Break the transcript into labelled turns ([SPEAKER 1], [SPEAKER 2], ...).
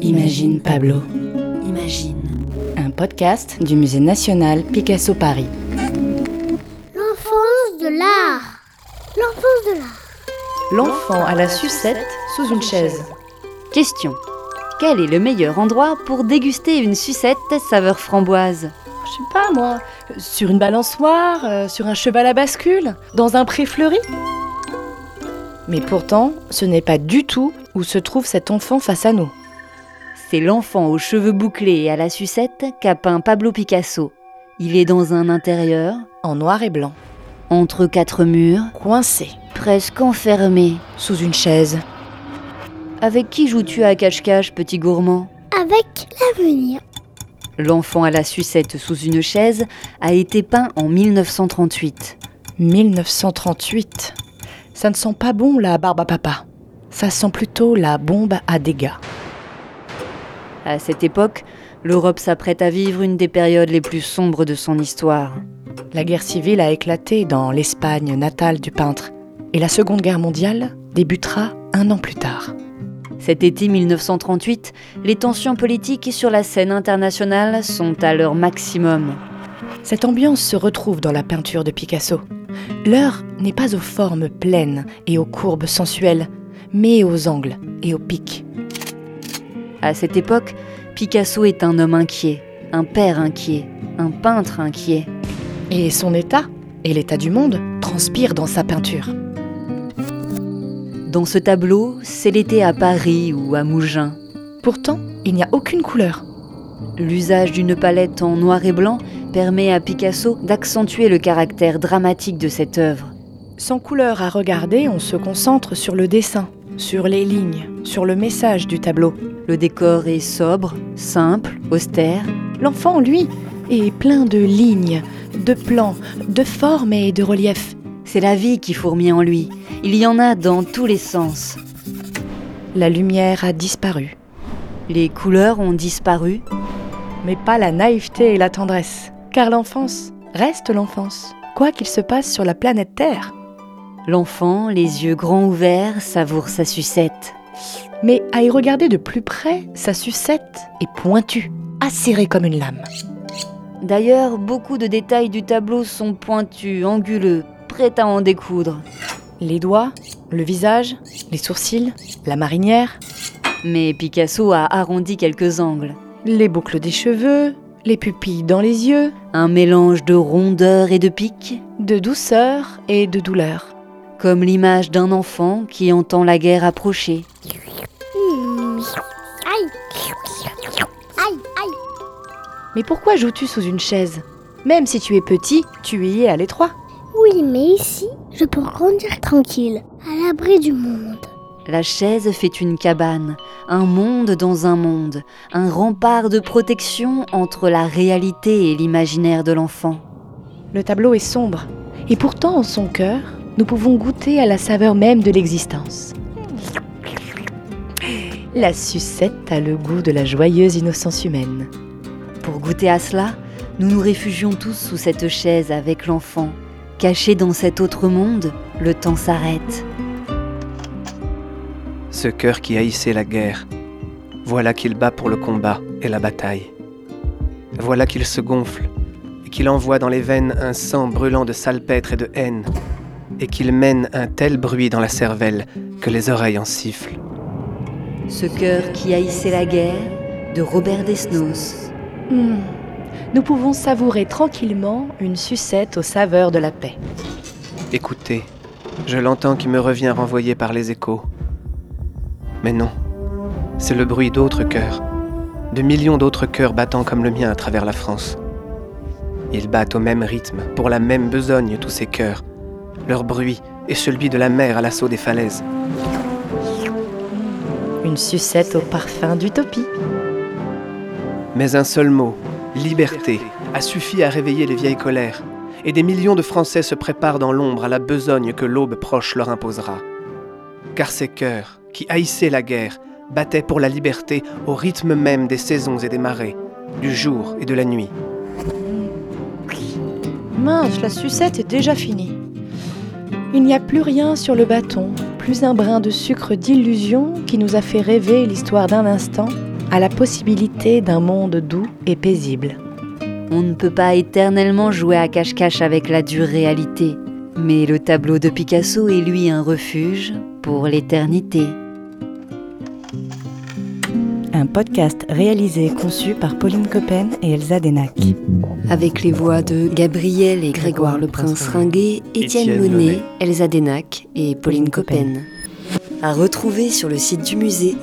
[SPEAKER 1] Imagine Pablo,
[SPEAKER 2] Imagine.
[SPEAKER 1] un podcast du Musée national Picasso Paris.
[SPEAKER 3] L'enfance de l'art. L'enfance de l'art.
[SPEAKER 4] L'enfant à la sucette sous une chaise.
[SPEAKER 2] Question. Quel est le meilleur endroit pour déguster une sucette saveur framboise
[SPEAKER 4] Je sais pas moi, euh, sur une balançoire, euh, sur un cheval à bascule, dans un pré fleuri.
[SPEAKER 1] Mais pourtant, ce n'est pas du tout où se trouve cet enfant face à nous.
[SPEAKER 2] C'est l'enfant aux cheveux bouclés et à la sucette qu'a peint Pablo Picasso. Il est dans un intérieur,
[SPEAKER 1] En noir et blanc,
[SPEAKER 2] entre quatre murs,
[SPEAKER 1] coincé,
[SPEAKER 2] presque enfermé.
[SPEAKER 1] sous une chaise.
[SPEAKER 2] Avec qui joues-tu à cache-cache, petit gourmand
[SPEAKER 3] Avec l'avenir.
[SPEAKER 2] L'enfant à la sucette sous une chaise a été peint en 1938.
[SPEAKER 1] 1938. Ça ne sent pas bon la barbe à papa. Ça sent plutôt la bombe à dégâts.
[SPEAKER 2] À cette époque, l'Europe s'apprête à vivre une des périodes les plus sombres de son histoire.
[SPEAKER 1] La guerre civile a éclaté dans l'Espagne natale du peintre. Et la Seconde Guerre mondiale débutera un an plus tard.
[SPEAKER 2] Cet été 1938, les tensions politiques sur la scène internationale sont à leur maximum.
[SPEAKER 1] Cette ambiance se retrouve dans la peinture de Picasso. L'heure n'est pas aux formes pleines et aux courbes sensuelles, mais aux angles et aux pics.
[SPEAKER 2] À cette époque, Picasso est un homme inquiet, un père inquiet, un peintre inquiet.
[SPEAKER 1] Et son état et l'état du monde transpirent dans sa peinture.
[SPEAKER 2] Dans ce tableau, c'est l'été à Paris ou à Mougins.
[SPEAKER 1] Pourtant, il n'y a aucune couleur.
[SPEAKER 2] L'usage d'une palette en noir et blanc permet à Picasso d'accentuer le caractère dramatique de cette œuvre.
[SPEAKER 1] Sans couleur à regarder, on se concentre sur le dessin, sur les lignes, sur le message du tableau.
[SPEAKER 2] Le décor est sobre, simple, austère.
[SPEAKER 1] L'enfant, lui, est plein de lignes, de plans, de formes et de reliefs.
[SPEAKER 2] C'est la vie qui fourmille en lui. Il y en a dans tous les sens.
[SPEAKER 1] La lumière a disparu,
[SPEAKER 2] Les couleurs ont disparu,
[SPEAKER 1] mais pas la naïveté et la tendresse. Car l'enfance reste l'enfance, quoi qu'il se passe sur la planète Terre.
[SPEAKER 2] L'enfant, les yeux grands ouverts, savoure sa sucette.
[SPEAKER 1] Mais à y regarder de plus près, sa sucette est pointue, acérée comme une lame.
[SPEAKER 2] D'ailleurs, beaucoup de détails du tableau sont pointus, anguleux, prêts à en découdre.
[SPEAKER 1] Les doigts, le visage, les sourcils, la marinière,
[SPEAKER 2] Mais Picasso a arrondi quelques angles.
[SPEAKER 1] les boucles des cheveux, les pupilles dans les yeux,
[SPEAKER 2] Un mélange de rondeur et de pique,
[SPEAKER 1] de douceur et de douleur.
[SPEAKER 2] comme l'image d'un enfant qui entend la guerre approcher.
[SPEAKER 3] Hmm. Aïe. Aïe, aïe.
[SPEAKER 1] Mais pourquoi joues-tu sous une chaise Même si tu es petit, tu y es à l'étroit.
[SPEAKER 3] Oui, mais ici, je peux grandir tranquille, à l'abri du monde.
[SPEAKER 2] La chaise fait une cabane, un monde dans un monde, un rempart de protection entre la réalité et l'imaginaire de l'enfant.
[SPEAKER 1] Le tableau est sombre, et pourtant en son cœur, nous pouvons goûter à la saveur même de l'existence. La sucette a le goût de la joyeuse innocence humaine.
[SPEAKER 2] Pour goûter à cela, nous nous réfugions tous sous cette chaise avec l'enfant. Caché dans cet autre monde, le temps s'arrête.
[SPEAKER 5] ce cœur qui haïssait la guerre. Voilà qu'il bat pour le combat et la bataille. Voilà qu'il se gonfle et qu'il envoie dans les veines un sang brûlant de salpêtre et de haine, et qu'il mène un tel bruit dans la cervelle que les oreilles en sifflent.
[SPEAKER 2] Ce cœur qui haïssait la guerre, de Robert Desnos.
[SPEAKER 1] Hmm. Nous pouvons savourer tranquillement une sucette aux saveurs de la paix.
[SPEAKER 5] Écoutez, je l'entends qui me revient renvoyé par les échos. Mais non, c'est le bruit d'autres cœurs, de millions d'autres cœurs battant comme le mien à travers la France. Ils battent au même rythme, pour la même besogne, tous ces cœurs. Leur bruit est celui de la mer à l'assaut des falaises.
[SPEAKER 1] Une sucette au parfum d'utopie.
[SPEAKER 5] Mais un seul mot, liberté, a suffi à réveiller les vieilles colères. Et des millions de Français se préparent dans l'ombre à la besogne que l'aube proche leur imposera. Car ces cœurs, qui haïssaient la guerre, battaient pour la liberté au rythme même des saisons et des marées, du jour et de la nuit.
[SPEAKER 1] Mince, la sucette est déjà finie. Il n'y a plus rien sur le bâton, plus un brin de sucre d'illusion qui nous a fait rêver l'histoire d'un instant, à la possibilité d'un monde doux et paisible.
[SPEAKER 2] On ne peut pas éternellement jouer à cache-cache avec la dure réalité, mais le tableau de Picasso est lui un refuge pour l'éternité.
[SPEAKER 6] Un podcast réalisé et conçu par Pauline Coppen et Elsa Denac.
[SPEAKER 2] Avec les voix de Gabriel et Grégoire le Prince Ringuet, Étienne
[SPEAKER 5] Étienne
[SPEAKER 2] Launay,
[SPEAKER 5] Launay,
[SPEAKER 2] Elsa Denac et Pauline Coppen. À retrouver sur le site du musée